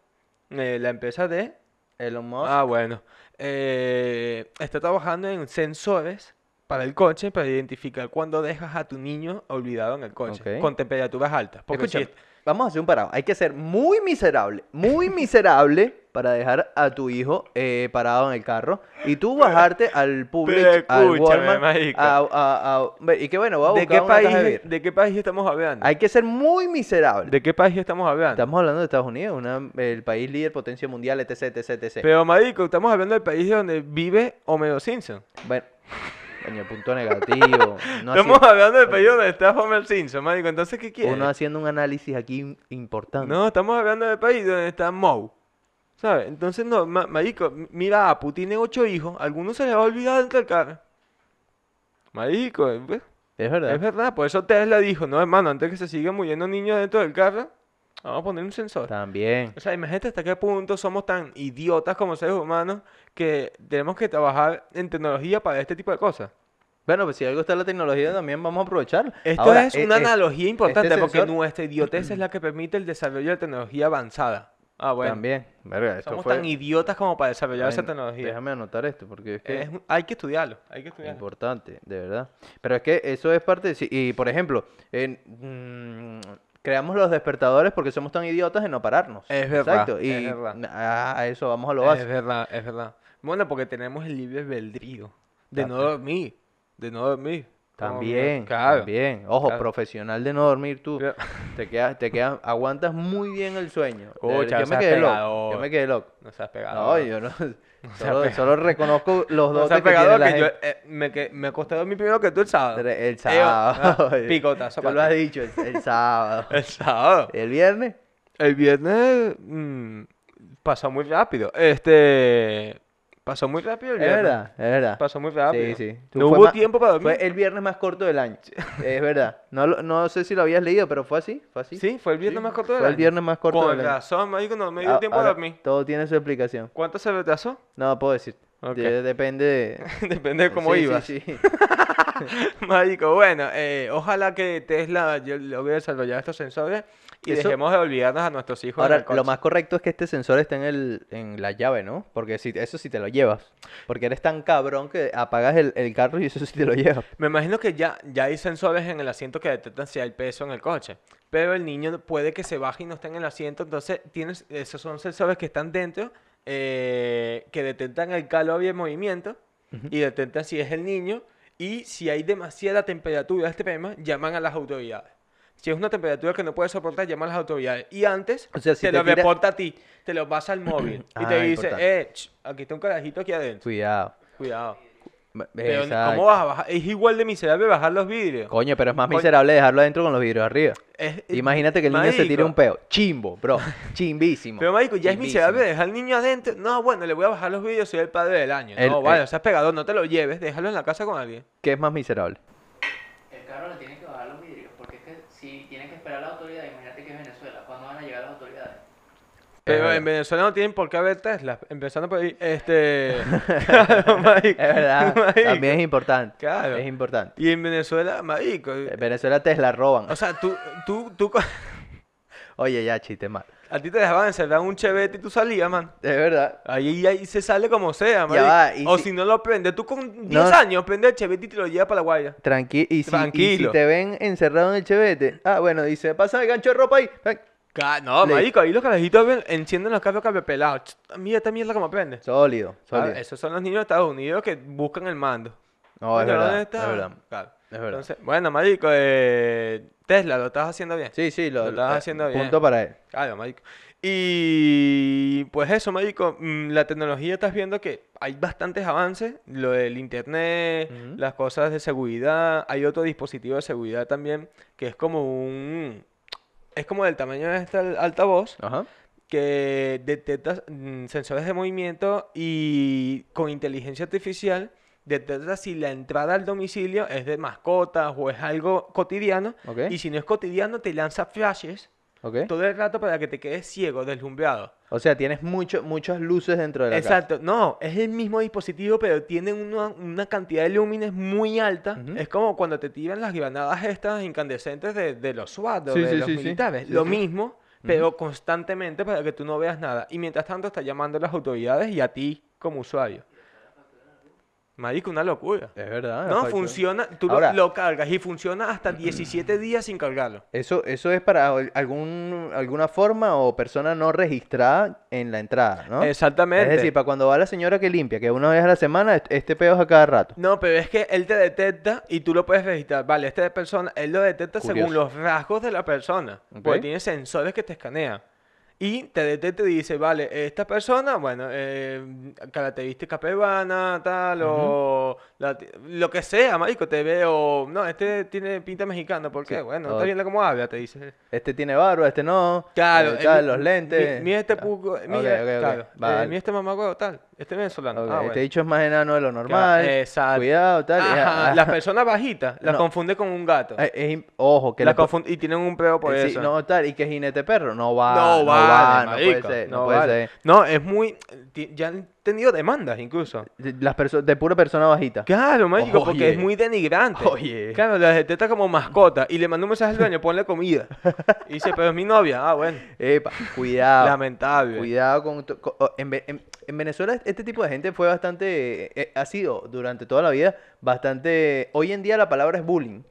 A: eh, la empresa de...
B: Elon Musk.
A: Ah, bueno. eh, está trabajando en sensores para el coche para identificar cuando dejas a tu niño olvidado en el coche
B: Ok.
A: con temperaturas altas. Porque si
B: Escúchame, vamos a hacer un parado. Hay que ser muy miserable, muy miserable para dejar a tu hijo eh, parado en el carro y tú bajarte al
A: pero
B: Publix, al
A: escúchame,
B: Walmart,
A: marico.
B: a- a- a- ve- y que bueno, voy a
A: ¿De
B: buscar
A: qué,
B: una
A: país,
B: caja de birra.
A: ¿De qué país estamos hablando?
B: Hay que ser muy miserable.
A: ¿De qué país estamos hablando?
B: Estamos hablando de Estados Unidos, una- el país líder, potencia mundial, etc, etc, etc.
A: Pero, marico, estamos hablando del país donde vive Homero Simpson.
B: Bueno, coño, punto negativo. Uno,
A: estamos
B: haciendo,
A: hablando del país donde está Homer Simpson, marico. Entonces, ¿qué quieres?
B: uno haciendo un análisis aquí im- importante.
A: No, estamos hablando del país donde está Moe. ¿Sabes? Entonces, no, ma- marico, m- mira, Apu tiene ocho hijos, algunos se les va a olvidar dentro del carro. Marico, es ver-
B: Es
A: es
B: verdad.
A: verdad. por eso Tesla dijo, no, hermano, antes que se sigan muriendo niños dentro del carro, vamos a poner un sensor.
B: También.
A: O sea, imagínate hasta qué punto somos tan idiotas como seres humanos que tenemos que trabajar en tecnología para este tipo de cosas.
B: Bueno, pues si algo está en la tecnología también vamos a aprovechar.
A: Esto
B: Ahora,
A: es
B: e-
A: una
B: e-
A: analogía importante
B: este
A: porque
B: sensor-
A: nuestra idiotez es la que permite el desarrollo de tecnología avanzada. Ah, bueno.
B: También. Verga, esto
A: Somos
B: fue-
A: tan idiotas como para desarrollar esa
B: Bueno,
A: tecnología.
B: Déjame anotar esto porque es que...
A: Es un- hay que estudiarlo, hay que estudiarlo.
B: Importante, de verdad. Pero es que eso es parte de... sí, Y, por ejemplo, en- mm, creamos los despertadores porque somos tan idiotas en no pararnos.
A: Es verdad,
B: Exacto.
A: es
B: Y
A: verdad.
B: a a eso vamos a lo
A: Es
B: básico.
A: verdad, es verdad. Bueno, porque tenemos el libre albedrío de no
B: También.
A: dormir, de no dormir. Como
B: También,
A: mira, claro,
B: también. Ojo,
A: claro.
B: profesional de no dormir tú.
A: Mira,
B: Te quedas, te quedas, aguantas muy bien el sueño. De
A: Escucha, no
B: verdad, yo me
A: seas
B: quedé loco.
A: pegador.
B: Yo me quedé loco.
A: No seas pegado.
B: No, yo no.
A: seas
B: Solo,
A: pegado.
B: solo reconozco los
A: No
B: dos
A: seas
B: que tiene
A: pegado
B: la
A: que yo
B: gente.
A: eh, me, que, me acosté a dormir primero que tú el sábado.
B: El
A: Eh, ah,
B: sábado.
A: picotazo
B: Tú
A: para
B: lo has
A: ti.
B: dicho, el, el sábado.
A: El sábado.
B: El viernes.
A: El viernes mm, pasó muy rápido. Este pasó muy rápido el
B: Es
A: viernes.
B: verdad, es verdad.
A: Pasó muy rápido.
B: Sí, sí. Tú
A: No
B: fue
A: hubo
B: ma-
A: tiempo para dormir.
B: Fue el viernes más corto del año. Es verdad. No, lo- no sé si lo habías leído, pero fue así. Fue así.
A: Sí, fue el viernes más corto del
B: Fue el
A: año.
B: viernes más corto Ah,
A: Con
B: del año.
A: razón, marico, no me dio
B: A-
A: tiempo
B: ahora,
A: a dormir.
B: Todo tiene su explicación.
A: ¿Cuánto se retrasó?
B: No puedo decir.
A: Ok.
B: De- depende de.
A: Depende de cómo
B: Sí, sí,
A: ibas.
B: sí.
A: Marico, bueno, eh, ojalá que Tesla yo- logre desarrollar estos sensores y
B: Eso-
A: dejemos de olvidarnos a nuestros hijos. en
B: Ahora,
A: el
B: lo
A: coche.
B: más correcto es que este sensor está en, el, en la llave, ¿no? Porque si, eso sí te lo llevas. Porque eres tan cabrón que apagas el, el carro y eso sí te lo llevas.
A: Me imagino que ya, ya hay sensores en el asiento que detectan si hay peso en el coche. Pero el niño puede que se baje y no esté en el asiento. Entonces, tienes, esos son sensores que están dentro, eh, que detectan el calor y el movimiento. Y detectan si es el niño. Y si hay demasiada temperatura extrema, llaman a las autoridades. Si es una temperatura que no puedes soportar, llaman a las autoridades. Y antes,
B: O sea, si
A: te,
B: te
A: lo
B: tira-
A: reporta a ti. Te lo pasa al móvil. y te
B: Ah,
A: dice,
B: importante.
A: eh, ch, aquí está un carajito aquí adentro.
B: Cuidado.
A: Cuidado.
B: Ba-
A: Pero,
B: Exacto.
A: ¿cómo vas a bajar? Es igual de miserable bajar los vidrios.
B: Coño, pero es más
A: Coño.
B: miserable dejarlo adentro con los vidrios arriba.
A: Es- es-
B: Imagínate que el niño se tire
A: marico.
B: un peo. Chimbo, bro. Chimbísimo.
A: Pero, marico, ya es
B: Chimbísimo.
A: miserable dejar al niño adentro. No, bueno, le voy a bajar los vídeos, soy el padre del año.
B: El-
A: no, vale,
B: el-
A: o sea, pegador, no te lo lleves, déjalo en la casa con alguien.
B: ¿Qué es más miserable?
D: El carro le tiene que bajar los vidrios, porque es que si tienen que esperar a la autoridad, imagínate que es Venezuela, ¿cuándo van a llegar las autoridades?
A: Pero
B: verdad.
A: en Venezuela no tienen por qué haber Tesla. Empezando por ahí, este... Claro, marico,
B: Es verdad.
A: marico.
B: También es importante.
A: Claro.
B: Es importante.
A: Y en Venezuela, marico...
B: En Venezuela te la roban.
A: O sea, tú, tú, tú... co-
B: Oye, ya chiste mal.
A: A ti te dejaban encerrar un chevete y tú salías, man.
B: Es verdad.
A: Ahí, ahí se sale como sea, marico.
B: va, y
A: o
B: si-
A: si... no lo prende, tú con 10
B: No.
A: años prende el chevete y te lo llevas para la guaya.
B: Tranqui y si, y si
A: Tranquilo.
B: te ven encerrado en el chevete. Ah, bueno, dice, pasa el gancho de ropa ahí. Ven.
A: Ca- No,
B: Le-
A: marico, ahí los carajitos ven- encienden los cables cable pelado. Ch- Mira esta mierda como prende.
B: Sólido,
A: Claro,
B: sólido.
A: esos son los niños de Estados Unidos que buscan el mando.
B: No, es
A: Coño,
B: verdad,
A: ¿dónde
B: es
A: está?
B: verdad.
A: Claro.
B: Es verdad.
A: Entonces, bueno, marico, eh, Tesla, lo estás haciendo bien.
B: Sí, sí, lo,
A: Lo estás
B: eh,
A: haciendo bien.
B: Punto para él.
A: Claro, marico. Y pues eso, marico, mm, la tecnología estás viendo que hay bastantes avances, lo del internet,
B: Ujú.
A: las cosas de seguridad, hay otro dispositivo de seguridad también que es como un es como del tamaño de este al- altavoz
B: Ajá.
A: que detecta mm, sensores de movimiento y con inteligencia artificial detecta si la entrada al domicilio es de mascotas o es algo cotidiano
B: Ok.
A: y si no es cotidiano te lanza flashes
B: ok.
A: todo el rato para que te quedes ciego, deslumbrado.
B: O sea, tienes mucho, muchas luces dentro de la casa.
A: Exacto, no, es el mismo dispositivo, pero tiene una, una cantidad de lúmenes muy alta.
B: Ujú.
A: Es como cuando te tiran las granadas estas incandescentes de, de los SWAT, o
B: Sí,
A: de
B: sí,
A: los
B: sí, sí.
A: militares.
B: Sí,
A: Lo
B: sí.
A: mismo, pero constantemente para que tú no veas nada. Y mientras tanto está llamando a las autoridades y a ti como usuario. Marico, una locura.
B: Es verdad.
A: No,
B: exacto.
A: funciona, tú lo-
B: Eh, Ahora-
A: lo cargas y funciona hasta 17 días sin cargarlo.
B: Eso, eso es para al- algún, alguna forma o persona no registrada en la entrada, ¿no?
A: Exactamente.
B: Es decir, para cuando va la señora que limpia, que una vez a la semana, est- este peo es a cada rato.
A: No, pero es que él te detecta y tú lo puedes registrar. Vale, esta persona, él lo detecta según
B: Curioso.
A: los rasgos de la persona.
B: Ok.
A: Porque tiene sensores que te escanean. Y te detecta y dice, vale, esta persona, bueno, eh, características peruanas, tal, o lati- lo que sea, marico, te veo, no, este tiene pinta mexicana, ¿por qué?
B: Sí,
A: Bueno,
B: o-
A: está viendo cómo habla, te dice.
B: Este tiene barba, este no.
A: Claro,
B: eh,
A: eh,
B: tal,
A: mi-
B: los
A: mi-
B: lentes.
A: Mira este
B: Ah,
A: puco,
B: ok,
A: mira,
B: ok, ok,
A: claro, eh,
B: vale.
A: mira este mamagüeo, tal, este venezolano.
B: Ok,
A: Ah,
B: Este
A: bueno.
B: dicho es más enano de lo
A: Claro,
B: normal.
A: Exacto.
B: Cuidado, tal. y-
A: Ajá,
B: ah,
A: Las personas bajitas las
B: No.
A: confunde con un gato.
B: eh, es im- ojo, que
A: Las
B: le po-
A: confund- y tienen un peo por
B: eh, sí,
A: eso.
B: no, tal, y que jinete perro, no va.
A: No va, vale,
B: va, no
A: marico,
B: puede ser, no
A: no
B: puede
A: vale.
B: ser.
A: No, es muy... ti- Ya han tenido demandas incluso.
B: De- Las perso- de pura persona bajita.
A: Claro, marico, porque es
B: Oye.
A: muy denigrante.
B: Oye.
A: Claro, la gente está como mascota y le mandó un mensaje al dueño, ponle comida. Y dice, pero es mi novia. Ah, bueno.
B: Epa, cuidado.
A: Lamentable.
B: Cuidado con... to- co- o- En, Ve- en- en Venezuela este tipo de gente fue bastante... eh, eh, ha sido durante toda la vida bastante... Hoy en día la palabra es bullying,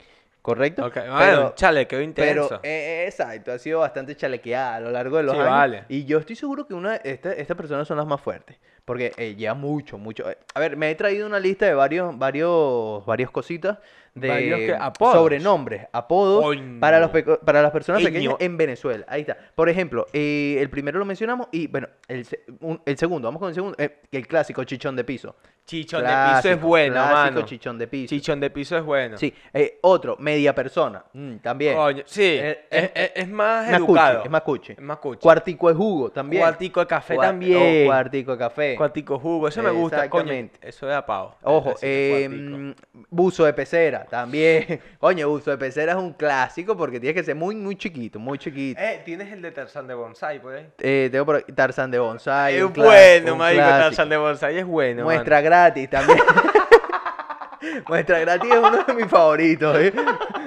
B: ¿correcto?
A: Ok, bueno, chale, qué
B: pero,
A: intenso.
B: eh, eh, exacto, ha sido bastante chalequeada a lo largo de los
A: Sí,
B: años.
A: vale.
B: Y yo estoy seguro que una esta- estas personas son las más fuertes. Porque eh, lleva mucho, mucho. eh, a ver, me he traído una lista de varios, varios, varios cositas de
A: Varios que- apodos.
B: sobrenombres, apodos
A: Coño.
B: para los peco- para las personas
A: Eño.
B: pequeñas en Venezuela. Ahí está. Por ejemplo, eh, el primero lo mencionamos y bueno, el, se- un- el segundo, vamos con el segundo, eh, el clásico chichón de piso.
A: Chichón de piso
B: Clásico,
A: es bueno,
B: clásico
A: mano.
B: chichón de piso.
A: Chichón de piso es bueno.
B: Sí, eh, otro, media persona, mm, también.
A: Coño, sí,
B: Eh,
A: es,
B: eh,
A: es- Ah, es más
B: Más cuchi,
A: educado.
B: es más cuchi.
A: Es más cuchi.
B: Cuartico de jugo también.
A: Cuartico de café
B: Cuar-
A: también.
B: oh, cuartico de café.
A: Cuartico jugo, eso me gusta, coño.
B: Exactamente.
A: Eso es apao.
B: Ojo,
A: Así que cuartico.
B: em, buzo de pecera también. Coño, buzo de pecera es un clásico porque tienes que ser muy, muy chiquito, muy chiquito.
A: Eh, tienes el de Tarzán de Bonsai, pues.
B: Eh, tengo por aquí Tarzán de Bonsai.
A: es
B: un clas-
A: bueno,
B: un
A: marico,
B: clásico.
A: Tarzán de Bonsai es bueno, mano.
B: Muestra gratis también. Muestra gratis es uno de mis favoritos. ¿eh?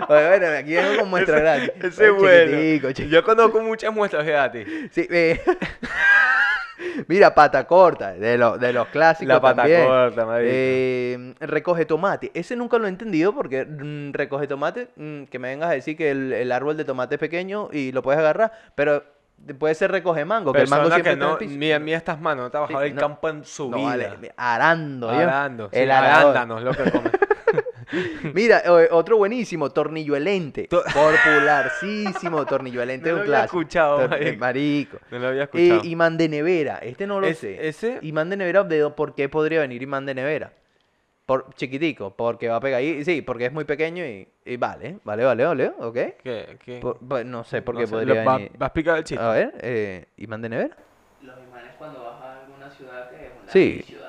B: Oye, bueno, aquí vengo con muestra gratis.
A: Ese es
B: Ay,
A: bueno.
B: chiquitico, chiqui-
A: Yo conozco muchas muestras gratis.
B: Sí, eh, Mira, pata corta, de, lo- de los clásicos.
A: La pata
B: también.
A: corta, marico.
B: Eh, recoge tomate. Ese nunca lo he entendido porque mm, recoge tomate, mm, que me vengas a decir que el, el árbol de tomate es pequeño y lo puedes agarrar, pero puede ser recoge mango, que el mango
A: Persona
B: siempre
A: que
B: está en
A: no,
B: el piso.
A: mira, mira estas manos, no ha trabajado
B: Sí,
A: el
B: no.
A: campo en su
B: No,
A: vida.
B: vale, mira, arando, ¿yo?
A: Arándanos, sí,
B: El arador.
A: arándanos, lo que come.
B: Mira, o- otro buenísimo, tornilluelente.
A: To-
B: Popularísimo, tornilluelente
A: No lo
B: es un
A: había
B: clásico.
A: escuchado,
B: Tor-
A: marico.
B: marico.
A: No lo había
B: Eh,
A: escuchado.
B: imán de nevera, este no lo
A: Es-
B: sé.
A: ese-
B: Imán de nevera, ¿de dó- por qué podría venir imán de nevera? Por chiquitico, porque va a pegar ahí, sí, porque es muy pequeño y, y vale, vale, vale, vale, ok.
A: ¿Qué, qué?
B: Por- por- no sé por
A: No
B: qué
A: sé,
B: podría
A: lo- va,
B: venir.
A: va a explicar el chiste.
B: A ver, eh, imán de nevera,
D: Los imanes cuando vas a alguna ciudad que es una
B: Sí.
D: mini ciudad.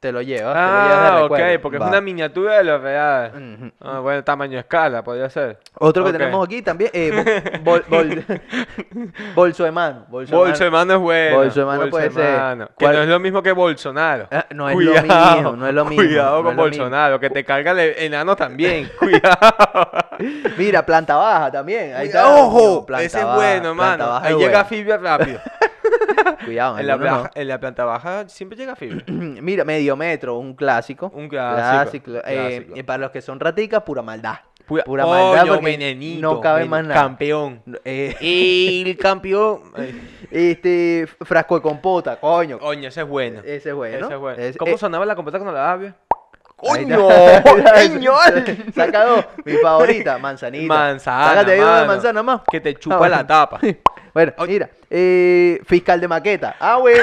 B: te lo llevas, te lo llevas de
A: Ah, ok,
B: recuerdo,
A: porque
B: va.
A: es una miniatura de lo real.
B: Ujú.
A: Ah, bueno, tamaño escala, podría ser.
B: Otro que
A: Ok.
B: tenemos aquí también, eh, bol- bol- bol- bolso de mano. Bolso, de
A: Bolso de
B: mano.
A: mano es bueno.
B: Bolso de mano puede ser.
A: mano, Que
B: ¿Cuál-
A: no es lo mismo que Bolsonaro.
B: Ah, no es lo
A: cuidado,
B: mismo, no es lo mismo,
A: Cuidado
B: no
A: con
B: es lo mismo.
A: Bolsonaro, que te carga el enano también. Cuidado.
B: Mira, planta baja también. Ahí está.
A: ¡Ojo!
B: planta
A: Ese es
B: baja,
A: bueno,
B: planta
A: mano.
B: baja
A: Ahí
B: es
A: llega
B: bueno.
A: fibra rápido.
B: Cuidado,
A: en, la
B: algunos no.
A: plaja- en la planta baja siempre llega fibra.
B: Mm, Mira, medio metro, un clásico.
A: Un clásico,
B: eh,
A: clásico.
B: y para los que son raticas, pura maldad.
A: Pura,
B: Pura maldad
A: Coño,
B: porque
A: venenito,
B: no cabe
A: ven-
B: más nada.
A: Campeón.
B: Eh,
A: El campeón.
B: este, frasco de compota, coño.
A: Oh, Coño, ese es bueno.
B: Ese es bueno.
A: Ese es bueno.
B: Ese-
A: ¿Cómo
B: eh,
A: sonaba la compota cuando la había?
B: ahí está.
A: ¡Coño! ¡Coño!
B: Saca dos. Mi favorita, manzanita.
A: Manzana,
B: Sácate ahí una de
A: mano.
B: manzana más.
A: Que te chupa
B: bueno.
A: la tapa.
B: Bueno,
A: Oye.
B: mira, eh, fiscal de maqueta. Ah, bueno.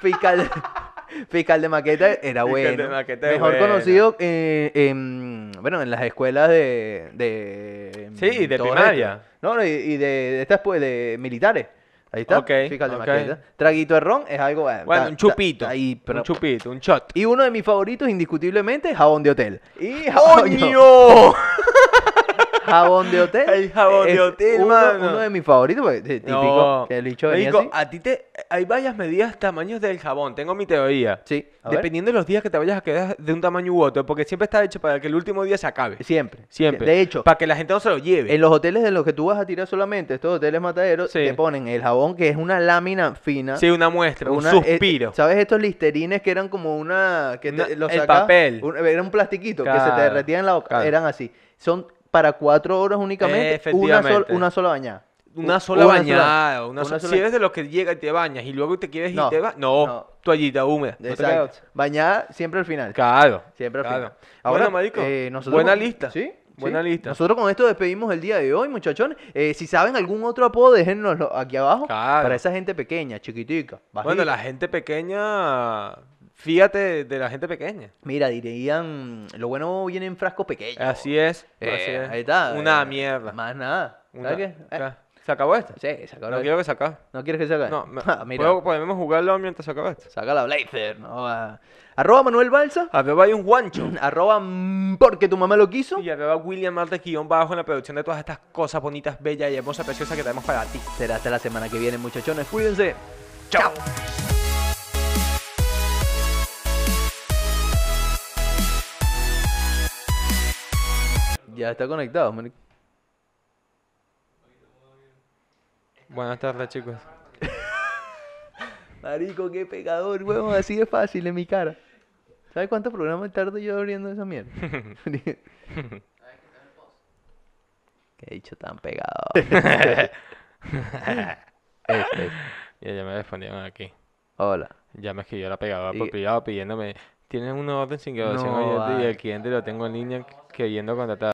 B: fiscal de, fiscal de maqueta era
A: Fiscal
B: bueno.
A: de maqueta es
B: Mejor
A: bueno.
B: conocido eh, en, bueno, en las escuelas de... de
A: Sí, de
B: todo esto.
A: primaria.
B: No, no, y, y de, de estas pues de militares. Ahí está,
A: Ok,
B: fiscal de
A: ok.
B: maqueta. Traguito de ron es algo... eh,
A: Bueno,
B: ta-
A: un chupito.
B: ta- ahí, pero-
A: Un chupito, un shot.
B: y uno de mis favoritos, indiscutiblemente, jabón de hotel. Y
A: ¡Coño!
B: Jabón de hotel.
A: El jabón de
B: es
A: hotel,
B: uno,
A: mano.
B: uno de mis favoritos, porque, eh, típico.
A: No.
B: que el bicho venía
A: Marico,
B: así.
A: a ti te... Hay varias medidas, tamaños del jabón. Tengo mi teoría.
B: Sí, a ver.
A: Dependiendo de los días que te vayas a quedar de un tamaño u otro, porque siempre está hecho para que el último día se acabe.
B: Siempre.
A: Siempre.
B: De hecho,
A: Para que la gente no se lo lleve.
B: en los hoteles de los que tú vas a tirar solamente, estos hoteles mataderos,
A: Sí.
B: te ponen el jabón que es una lámina fina.
A: Sí, una muestra,
B: una-
A: un
B: eh,
A: suspiro.
B: ¿Sabes estos listerines que eran como una... Que te-
A: Una-
B: los
A: el
B: sacabas?
A: papel.
B: Un- era un plastiquito que se te
A: Claro,
B: derretía en la boca.
A: claro.
B: Eran así. Son para cuatro horas únicamente. Una, sol-
A: Efectivamente.
B: una sola bañada.
A: una
B: U-
A: sola bañada, una, sola. Si
B: sola-
A: eres de los que llega y te bañas y luego te quieres
B: No,
A: y te vas, no,
B: no.
A: toallita húmeda. no te queda
B: Exacto.
A: otra.
B: Bañada siempre al final.
A: Claro.
B: Siempre al
A: claro.
B: final. Ahora,
A: bueno, marico,
B: eh, nosotros
A: buena
B: con-
A: lista.
B: ¿Sí?
A: Buena
B: sí.
A: lista.
B: Nosotros con esto despedimos el día de hoy, muchachones. Eh, si saben algún otro apodo, déjennoslo aquí abajo.
A: Claro.
B: Para esa gente pequeña, chiquitica,
A: Bueno,
B: bajita.
A: la gente pequeña, fíjate de la gente pequeña.
B: Mira, dirían, lo bueno viene en frasco pequeño.
A: Así es.
B: Eh,
A: así es.
B: Ahí está.
A: Una
B: eh,
A: mierda.
B: Más nada. ¿Sabes
A: Una-
B: qué? Eh,
A: ya. ¿Se acabó esta?
B: Sí, saca
A: No
B: la-
A: quiero que se acabe.
B: ¿No quieres que se haga?
A: No, me-
B: Ah, mira,
A: ¿puedo- podemos jugarlo mientras se acaba esto.
B: saca la blazer. No, va. Arroba Manuel Balsa.
A: Arriba hay un guancho.
B: Arroba mm, porque tu mamá lo quiso.
A: Y arriba William Marte guión bajo en la producción de todas estas cosas bonitas, bellas y hermosas, preciosas que tenemos para ti.
B: Será hasta la semana que viene, muchachones. Cuídense.
A: Chao.
B: Ya está conectado, marico.
A: Buenas tardes, chicos.
B: Marico, qué pecador, huevón. Así de fácil en mi cara. ¿Sabes cuántos programas tardo yo abriendo esa mierda? qué dicho tan pegado. Este es.
A: Y ya me respondieron aquí.
B: Hola.
A: Ya me escribió la pegada por
B: Y-
A: privado pidiéndome, ¿tienes una orden sin grabación
B: No,
A: oyente? Y
B: vale.
A: el cliente lo tengo en línea queriendo contratar.